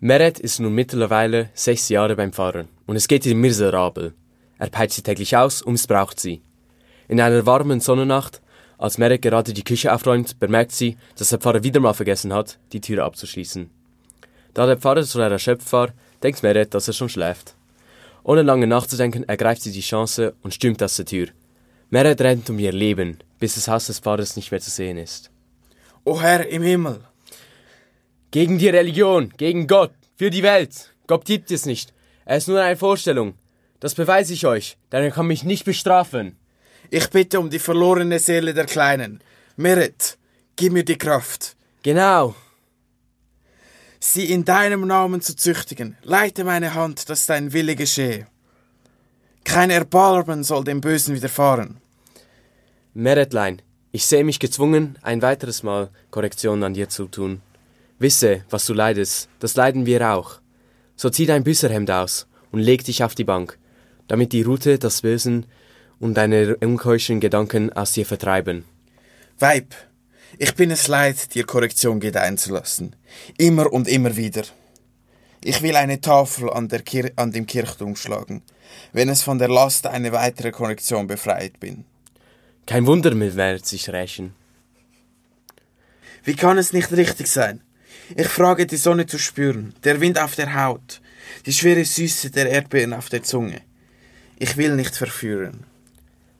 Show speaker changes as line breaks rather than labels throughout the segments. Meret ist nun mittlerweile sechs Jahre beim Fahren und es geht ihr miserabel. Er peitscht sie täglich aus und missbraucht sie. In einer warmen Sonnennacht, als Meret gerade die Küche aufräumt, bemerkt sie, dass der Pfarrer wieder mal vergessen hat, die Türe abzuschließen. Da der Pfarrer so erschöpft war, denkt Meret, dass er schon schläft. Ohne lange nachzudenken, ergreift sie die Chance und stürmt aus der Tür. Meret rennt um ihr Leben, bis das Haus des Pfarrers nicht mehr zu sehen ist.
O Herr im Himmel,
Gegen die Religion, gegen Gott, für die Welt. Gott gibt es nicht. Er ist nur eine Vorstellung. Das beweise ich euch, denn er kann mich nicht bestrafen.
ich bitte um die verlorene Seele der Kleinen. Merit, gib mir die Kraft,
Genau.
sie in deinem Namen zu züchtigen. Leite meine Hand, dass dein Wille geschehe. Kein Erbarmen soll dem Bösen widerfahren.
Meretlein, ich sehe mich gezwungen, ein weiteres Mal Korrektionen an dir zu tun. Wisse, was du leidest, das leiden wir auch. So zieh dein Büßerhemd aus und leg dich auf die Bank, damit die Rute das Bösen und deine unkeuschen Gedanken aus dir vertreiben.
Weib, ich bin es leid, dir Korrektion gedeihen zu lassen. Immer und immer wieder. Ich will eine Tafel an, der Kir an dem Kirchturm schlagen, wenn es von der Last einer weiteren Korrektion befreit bin.
Kein Wunder, mir Meret sich rächen.
Wie kann es nicht richtig sein? Ich frage die Sonne zu spüren, der Wind auf der Haut, die schwere Süße der Erdbeeren auf der Zunge. Ich will nicht verführen.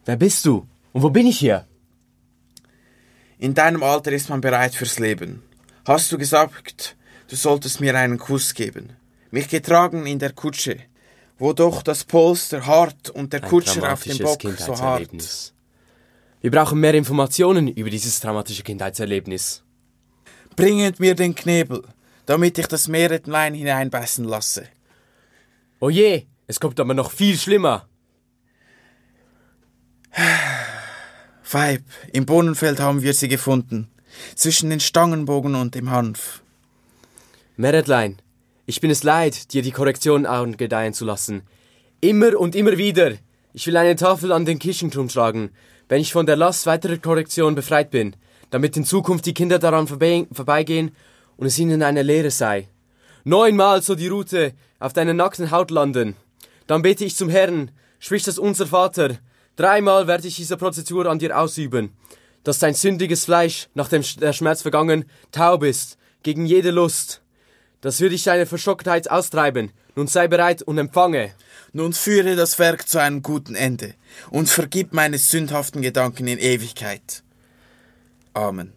Wer bist du? Und wo bin ich hier?
In deinem Alter ist man bereit fürs Leben. Hast du gesagt, du solltest mir einen Kuss geben? Mich getragen in der Kutsche, wo doch das Polster hart und der Kutscher auf dem Bock so hart.
Wir brauchen mehr Informationen über dieses dramatische Kindheitserlebnis.
Bringet mir den Knebel, damit ich das Meerentlein hineinbeißen lasse.
Oh je, es kommt aber noch viel schlimmer.
Weib, im Bohnenfeld haben wir sie gefunden, zwischen den Stangenbogen und dem Hanf.
Meretlein, ich bin es leid, dir die Korrektion angedeihen zu lassen. Immer und immer wieder. Ich will eine Tafel an den Kirchenturm schlagen, wenn ich von der Last weiterer Korrektion befreit bin, damit in Zukunft die Kinder daran vorbe vorbeigehen und es ihnen eine Lehre sei. Neunmal soll die Rute auf deiner nackten Haut landen. Dann bete ich zum Herrn, sprich das unser Vater. Dreimal werde ich diese Prozedur an dir ausüben, dass dein sündiges Fleisch, nachdem Sch- der Schmerz vergangen, taub ist, gegen jede Lust. Das würde ich deine Verschocktheit austreiben. Nun sei bereit und empfange.
Nun führe das Werk zu einem guten Ende und vergib meine sündhaften Gedanken in Ewigkeit. Amen.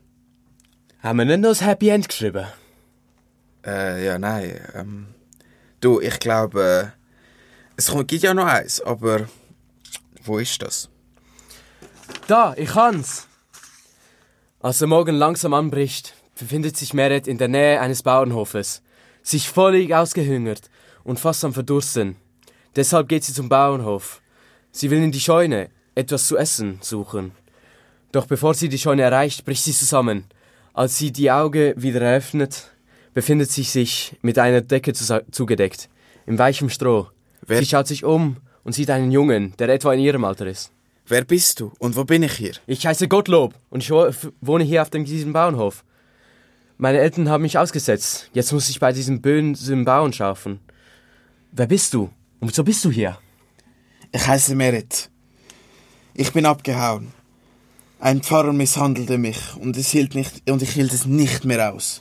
Haben wir nicht noch das Happy End geschrieben?
Äh, ja, nein. Ähm, du, ich glaube, äh, es kommt, gibt ja noch eins, aber wo ist das?
Da, ich kann's! Als der Morgen langsam anbricht, befindet sich Meret in der Nähe eines Bauernhofes, sich völlig ausgehungert und fast am Verdursten. Deshalb geht sie zum Bauernhof. Sie will in die Scheune etwas zu essen suchen. Doch bevor sie die Scheune erreicht, bricht sie zusammen. Als sie die Augen wieder eröffnet, befindet sie sich mit einer Decke zusa- zugedeckt, in weichem Stroh.
Wer-
Sie schaut sich um und sieht einen Jungen, der etwa in ihrem Alter ist.
Wer bist du und wo bin ich hier?
Ich heiße Gottlob und ich wo- f- wohne hier auf dem, diesem Bauernhof. Meine Eltern haben mich ausgesetzt. Jetzt muss ich bei diesem bösen Bauern schaffen. Wer bist du? Und wieso bist du hier?
Ich heiße Merit. Ich bin abgehauen. Ein Pfarrer misshandelte mich und, es hielt nicht, und ich hielt es nicht mehr aus.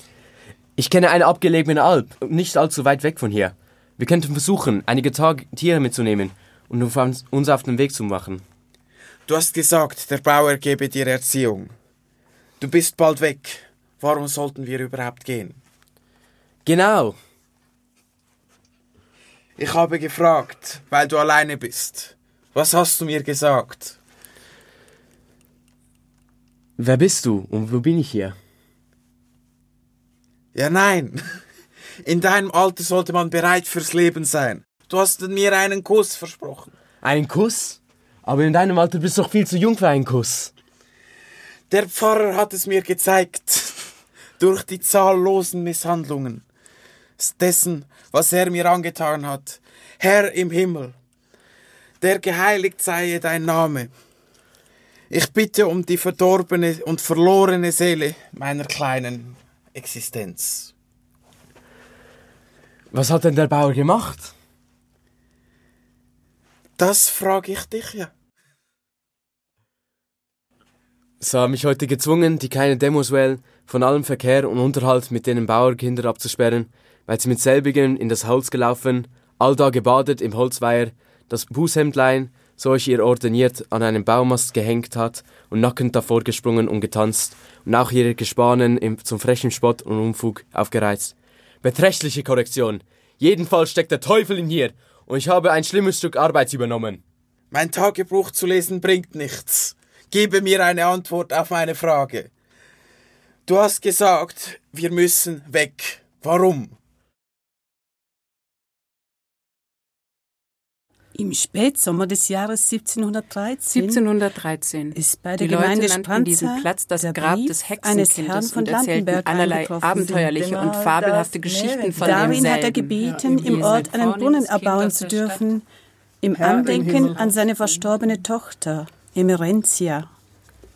Ich kenne eine abgelegene Alp, nicht allzu weit weg von hier. Wir könnten versuchen, einige Tag Tiere mitzunehmen und auf uns- uns auf den Weg zu machen.
Du hast gesagt, der Bauer gebe dir Erziehung. Du bist bald weg. Warum sollten wir überhaupt gehen?
Genau.
Ich habe gefragt, weil du alleine bist. Was hast du mir gesagt?
Wer bist du und wo bin ich hier?
Ja, nein. In deinem Alter sollte man bereit fürs Leben sein. Du hast mir einen Kuss versprochen.
Einen Kuss? Aber in deinem Alter bist du doch viel zu jung für einen Kuss.
Der Pfarrer hat es mir gezeigt. Durch die zahllosen Misshandlungen. Dessen, was er mir angetan hat. Herr im Himmel, der geheiligt sei dein Name. Ich bitte um die verdorbene und verlorene Seele meiner kleinen Existenz.
Was hat denn der Bauer gemacht?
Das frage ich dich ja.
Sie haben mich heute gezwungen, die kleine Demoswell von allem Verkehr und Unterhalt mit denen Bauerkinder abzusperren, weil sie mit selbigen in das Holz gelaufen, allda gebadet im Holzweiher, das Bußhemdlein, so ich ihr ordiniert, an einen Baumast gehängt hat und nackend davor gesprungen und getanzt und auch ihre Gespanen im, zum frechen Spott und Unfug aufgereizt. Beträchtliche Korrektion. Jedenfalls steckt der Teufel in hier und ich habe ein schlimmes Stück Arbeit übernommen.
Mein Tagebuch zu lesen bringt nichts. Gebe mir eine Antwort auf meine Frage. Du hast gesagt, wir müssen weg. Warum?
Im Spätsommer des Jahres 1713
1713
ist bei der
die Leute
Gemeinde
nannten diesen
Spanzer
Platz das
der
Grab
Brief
des
eines Herrn
Hexenkindes
von
und erzählten
Landenberg
allerlei
eingetroffen sind.
abenteuerliche und fabelhafte Geschichten von
Darin
demselben.
hat er gebeten, im Ort einen Brunnen erbauen zu dürfen, im Andenken an seine verstorbene Tochter, Emerentia.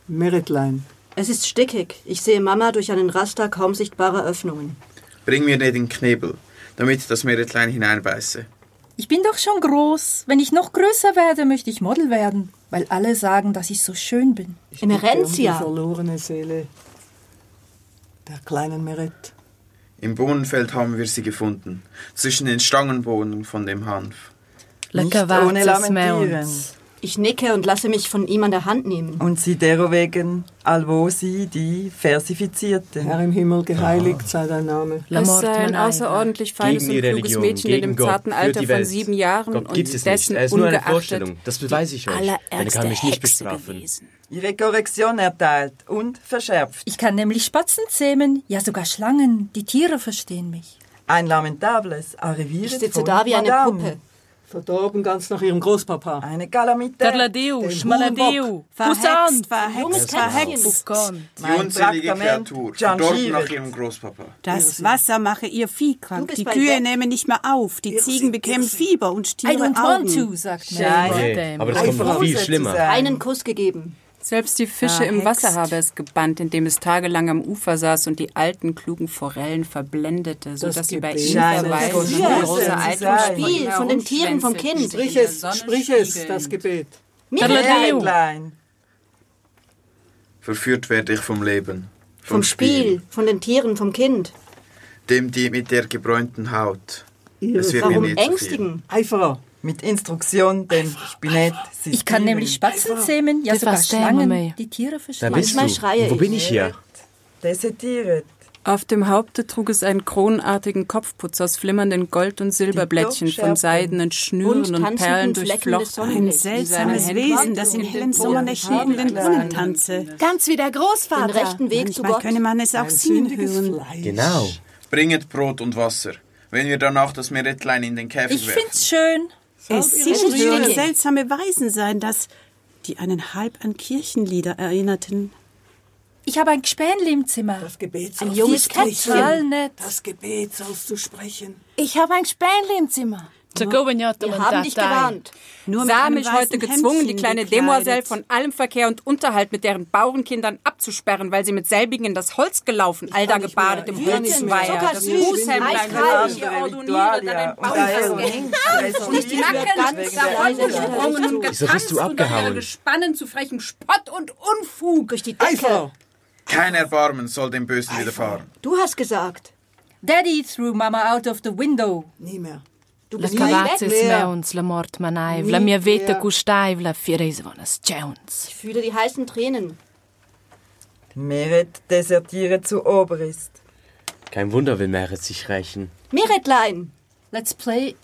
Meretlein,
Es ist stickig. Ich sehe Mama durch einen Raster kaum sichtbare Öffnungen.
Bring mir den Knebel, damit das Meerklein hineinbeiße.
Ich bin doch schon groß. Wenn ich noch größer werde, möchte ich Model werden, weil alle sagen, dass ich so schön bin.
die
Emerentia!
verlorene Seele der kleinen Meret.
Im Bohnenfeld haben wir sie gefunden, zwischen den Stangenbohnen von dem Hanf.
Nicht ohne Lamentieren.
Ich nicke und lasse mich von ihm an der Hand nehmen.
und sie derowegen, allwo sie die versifizierten.
Herr im Himmel, geheiligt sei dein Name.
Es sei ein außerordentlich feines
Gegen
und
die
kluges
Religion,
Mädchen in
gegen
dem
Gott,
zarten
für
Alter
die
von
Welt.
sieben Jahren
Gott gibt es
und
nicht.
dessen
Er ist nur eine Vorstellung.
ungeachtet
Das beweise ich euch. Denn er kann mich nicht bestrafen.
Ihre Korrektion erteilt und verschärft.
Ich kann nämlich Spatzen zähmen, ja sogar Schlangen. Die Tiere verstehen mich.
Ein lamentables Arrivieren
Ich sitze
von
da wie eine
Madame.
Puppe.
Verdorben ganz nach ihrem Großpapa.
Eine Kalamität.
Ladeu,
Schmaladeu, Verhext, verhext, verhext.
Die
Mein
unzählige
Traktament,
Kreatur,
John
dort nach
Jeeves.
ihrem Großpapa.
Das Wasser mache ihr Vieh krank,
bist
die
bei
Kühe
Gott.
nehmen nicht mehr auf, die Ziegen bekämen Fieber und
I
Stiere
don't want to,
Augen.
sagt man.
Schein,
Nee, aber das
ein
kommt noch viel
Verrückter zu
schlimmer.
sein.
Einen Kuss gegeben.
Selbst die Fische im Wasser habe es gebannt, indem es tagelang am Ufer saß und die alten, klugen Forellen verblendete, sodass sie bei
Gebet.
ihm
Schein,
verweilten
das
und
Spiel
große
sein.
Alten
Spiel von den Tieren, vom Kind.
Sprich es, sprich es, das Gebet.
Meretlein,
Verführt werde ich vom Leben, vom,
Vom Spiel, von den Tieren, vom Kind.
dem die mit der gebräunten Haut. Es wird
Warum
mir nicht zu
ängstigen?
Eiferer,
mit Instruktion dem Spinett.
Ich kann nämlich Spatzen zähmen, ja
Das
sogar
war's, der Mama.
Schlangen. Die Tiere
Da
verstehen
bist
mich.
Manchmal
du.
schreie
Wo
ich.
bin ich hier?
Desetieret.
Auf dem Haupte trug es einen kronartigen Kopfputz aus flimmernden Gold- und Silberblättchen von
Duftschärpen.
seidenen Schnüren und,
tanzenden
Perlen
Flecken des
durchflochten.
Sonnenlichts.
Ein seltsames
Seine
Wesen,
Hände
das in
in den
hellen
Boden
Sommernächten um den Brunnen tanze.
Ganz wie der
Den
Großvater.
rechten Weg zu
Manchmal
Gott.
könne man es auch
ein
singen
sündiges
hören.
Fleisch.
Genau.
Bringet Brot und Wasser, wenn wir danach das Meerklein in den Käfig
Ich
werfen.
find's schön.
Es
ihre
singen
Stimme.
würde seltsame Weisen sein, das, die einen halb an Kirchenlieder erinnerten.
Ich habe ein Gespänli im Zimmer.
Das Gebet
Ein
sollst du
junges
sprechen.
Kätzchen.
Total nett.
Das Gebet sollst du sprechen.
Ich habe ein Spähnli im Zimmer.
Wir haben dich gewarnt.
Nur
sah
einem
mich
weißen
heute gezwungen, die
Hemdchen
kleine
gekleidet.
Demoiselle von allem Verkehr und Unterhalt mit deren Bauernkindern abzusperren, weil sie mit selbigen in das Holz gelaufen, all da gebadet im Hülsenweiher, das
Zuckersüß,
Bußhemdlein,
eiskalt.
das ihr ordiniert, dann den Bauernfest die nackend davongesprungen und
Wieso bist
getanzt
du
und ihre
abgehauen?
Gespannen zu frechem Spott und Unfug. Also. Durch die
Eiferer,
Kein Erbarmen soll dem Bösen widerfahren.
Du hast gesagt.
Daddy threw Mama out of the window.
nie mehr.
Du
La
bist gleich
cavazza
weg.
è uns, la mort manai, la mia vita custai, la firezvonas
Ich fühle die heißen Tränen.
Meret desertiere zu Oberist.
Kein Wunder will Merit sich rächen.
Meretlein,
Let's play.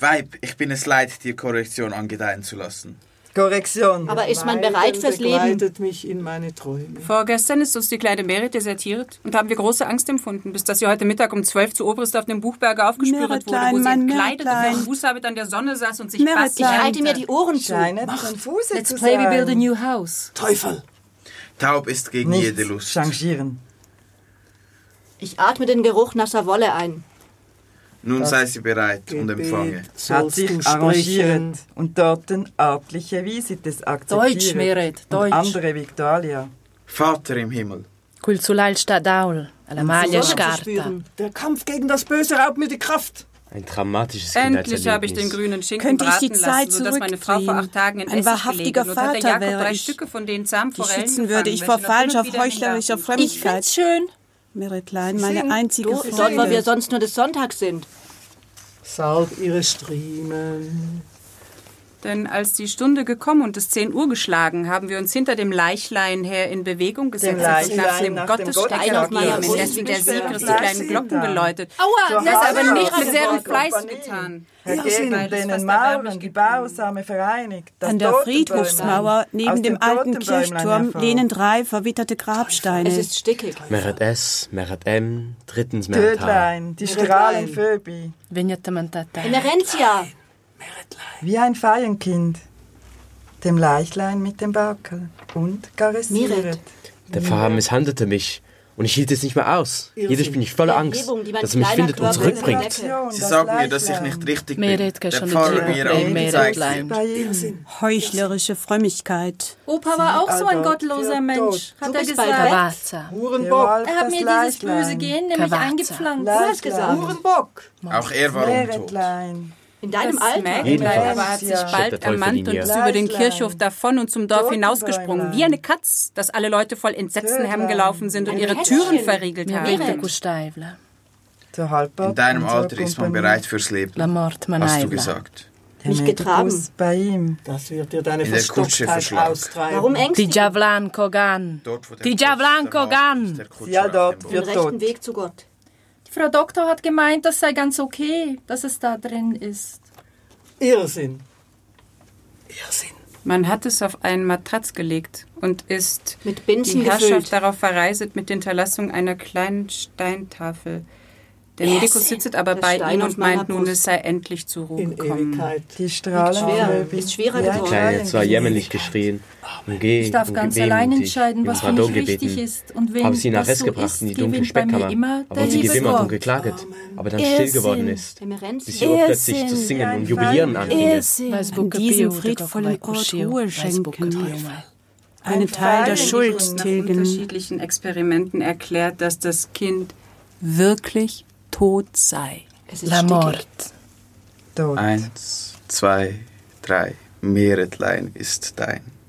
Weib, ich bin es leid, dir Korrektion angedeihen zu lassen.
Korrektion.
aber ist man bereit fürs Leben?
Begleitet mich in meine Träume.
Vorgestern ist uns die kleine Merit desertiert und haben wir große Angst empfunden, bis dass sie heute Mittag um zwölf zu Oberst auf dem Buchberge aufgespürt wurde,
Meretlein,
wo sie
mein
entkleidet und
Meretlein.
ihren Fußarbeit an der Sonne saß und sich
Meretlein.
fast
Ich halte mir die Ohren zu.
Scheine konfuse
Let's
zu
play we
sein.
build a new house.
Teufel,
Taub ist gegen jede
Nichts
Lust.
changieren.
Ich atme den Geruch nasser Wolle ein.
Nun sei sie bereit und empfange.
Gebet
Hat
sollst du
sich
sprechen.
arrangiert und dort den artliche Visites akzeptiert.
Deutsch, Meret,
Und
Deutsch.
andere Victualia.
Vater im Himmel,
Quel sull'al sta daul, alla maglia scarta.
Der Kampf gegen das Böse raubt mir die Kraft.
Ein dramatisches
Endlich habe
Kindheitserlebnis.
ich den grünen Schinken
Könnte ich
braten
die Zeit
lassen, sodass meine Frau vor
zurückdrehen?
acht Tagen in
Ein
Essig
wahrhaftiger
gelegen und hat der
Vater
Jakob
wäre
drei
ich.
Stücke von den Zahnforellen
Schützen würde ich vor
gefangen, welche noch hin und
falscher,
wieder in den
heuchlerischer
Garten
Ich
Frömmigkeit.
find's schön.
Meretlein, meine
Singen,
einzige
Dor-
Dort, wo wir
Freundin.
sonst nur des Sonntags sind.
Saug ihre Striemen.
Denn als die Stunde gekommen und es 10 Uhr geschlagen, haben wir uns hinter dem Leichlein her in Bewegung gesetzt und
Leichlein
nach dem
nach dem
Gottesstein
Gottesstein
auf Mariam in
gegangen.
dessen der Sieg
Gleich
des kleinen
sind
Glocken
da.
geläutet.
Aua,
Das
das ist
aber
aber
nicht mit
sehr...
sehr Fleiß getan. weil das fast
Ergeben denen
erbärmlich
Mauern die
geblieben.
Bausame vereinigt. das
An der
Totenbäumlein,
Friedhofsmauer
aus
neben dem
den
alten
Totenbäumlein
Kirchturm
hervor.
lehnen drei verwitterte
Es
Grabsteine.
ist stickig.
Merit S, Merit M, drittens Merit H.
Tödlein, die strahlen Phoebe,
Vegnete mentata.
Emerentia!
wie ein Feienkind. Dem Leichlein mit dem Bakel und
Miret.
garessiert.
Der Pfarrer misshandelte mich und ich hielt es nicht mehr aus. Jedes bin ich voller Angst,
Erhebung, die man
dass er mich
kleiner
findet und
Körper in
zurückbringt.
der Decke.
Das
Sie sagen mir, dass ich
Leichlein.
nicht richtig bin.
Merit
Der
schon
Pfarrer
Jacke,
mir auch
Merit
Merit
gezeigt
Lein.
wird.
bei ihm.
Heuchlerische Frömmigkeit.
Opa war auch so ein
Adolf
gottloser
Theodor.
Mensch, hat
Du
er
bist bald
gesagt.
Cavazza.
Der
Oh.
Wolf,
Er hat mir
das
dieses
Leichlein.
böse Gen nämlich
Cavazza.
eingepflanzt.
Leichlein.
Du hast gesagt.
Hurenbock.
Auch er war untot.
Meretlein.
In deinem
Das
Alter.
Mägdlein
Jedenfalls.
aber hat sich
Ja.
Steht der
bald
Teufel in
ermannt und
ihr.
ist über den
Leichlein.
kirchhof davon und zum Dorf
Totenbäumlein.
hinausgesprungen, wie eine Katz, dass alle Leute voll Entsetzen
Tödlein.
herumgelaufen sind und
Ein
ihre
Kätzchen.
Türen verriegelt
Mia
haben.
vita custaivla.
Der Halbbart
In deinem
und so
Alter ist man
Kompanie.
bereit fürs Leben,
La mort
hast du
manaivla.
gesagt.
Der
Mich
Megabuss
getragen.
bei ihm.
Das wird dir deine
In der Kutsche
Verstocktheit
verschlagen.
austreiben.
Warum
Ti
ängstlich?
già blanco gan.
Dort, wo der
Ti già
Kutscher
blanco
danach ist,
gan.
der Kutscher
Ja,
auf
dort
dem Boden.
Den
wird
rechten
tot.
Weg zu Gott.
Die Frau Doktor hat gemeint, das sei ganz okay, dass es da drin ist.
Irrsinn. Irrsinn.
Man hat es auf einen Matratz gelegt und ist
Mit Binsen
die Herrschaft
gefüllt.
darauf verreiset mit der Hinterlassung einer kleinen Steintafel. Der Medikus sitzt aber
Der
bei
Stein
ihm
auf
und
meiner
meint nun,
Brust.
es sei endlich zur Ruhe
In
gekommen.
Ewigkeit.
Die Strahlen.
schwer.
Phoebe.
Ist schwerer
Wie ein
geworden.
Kleine, zwar
Feienkind.
jämmerlich geschrien, umgeh
Ich darf
und
ganz
gebeten
allein
dich,
entscheiden,
um
was für
Pardon
mich wichtig
gebeten.
ist und wem
Habe sie nach
das
Hess
so
gebracht
ist,
in die dunkle
gewinnt bei mir immer
Speckkammer,
der
aber sie gewimmert und
Liebesgott.
geklaget, aber dann still
Irrsinn.
geworden ist, bis sie
Emerentia.
urplötzlich zu singen und jubilieren anfing.
Weiß
An
buca
diesem
più de
friedvollen
cocovai
Ort
cuscio.
Ruhe
Weiß buca
schenken.
teufel.
Einen Teil der
Feind.
Schuld
Nach
tilgen.
unterschiedlichen Experimenten erklärt, dass das Kind wirklich tot sei.
Es ist
La
stickig.
mort.
Tot.
Eins, zwei, drei. Meretlein ist dein.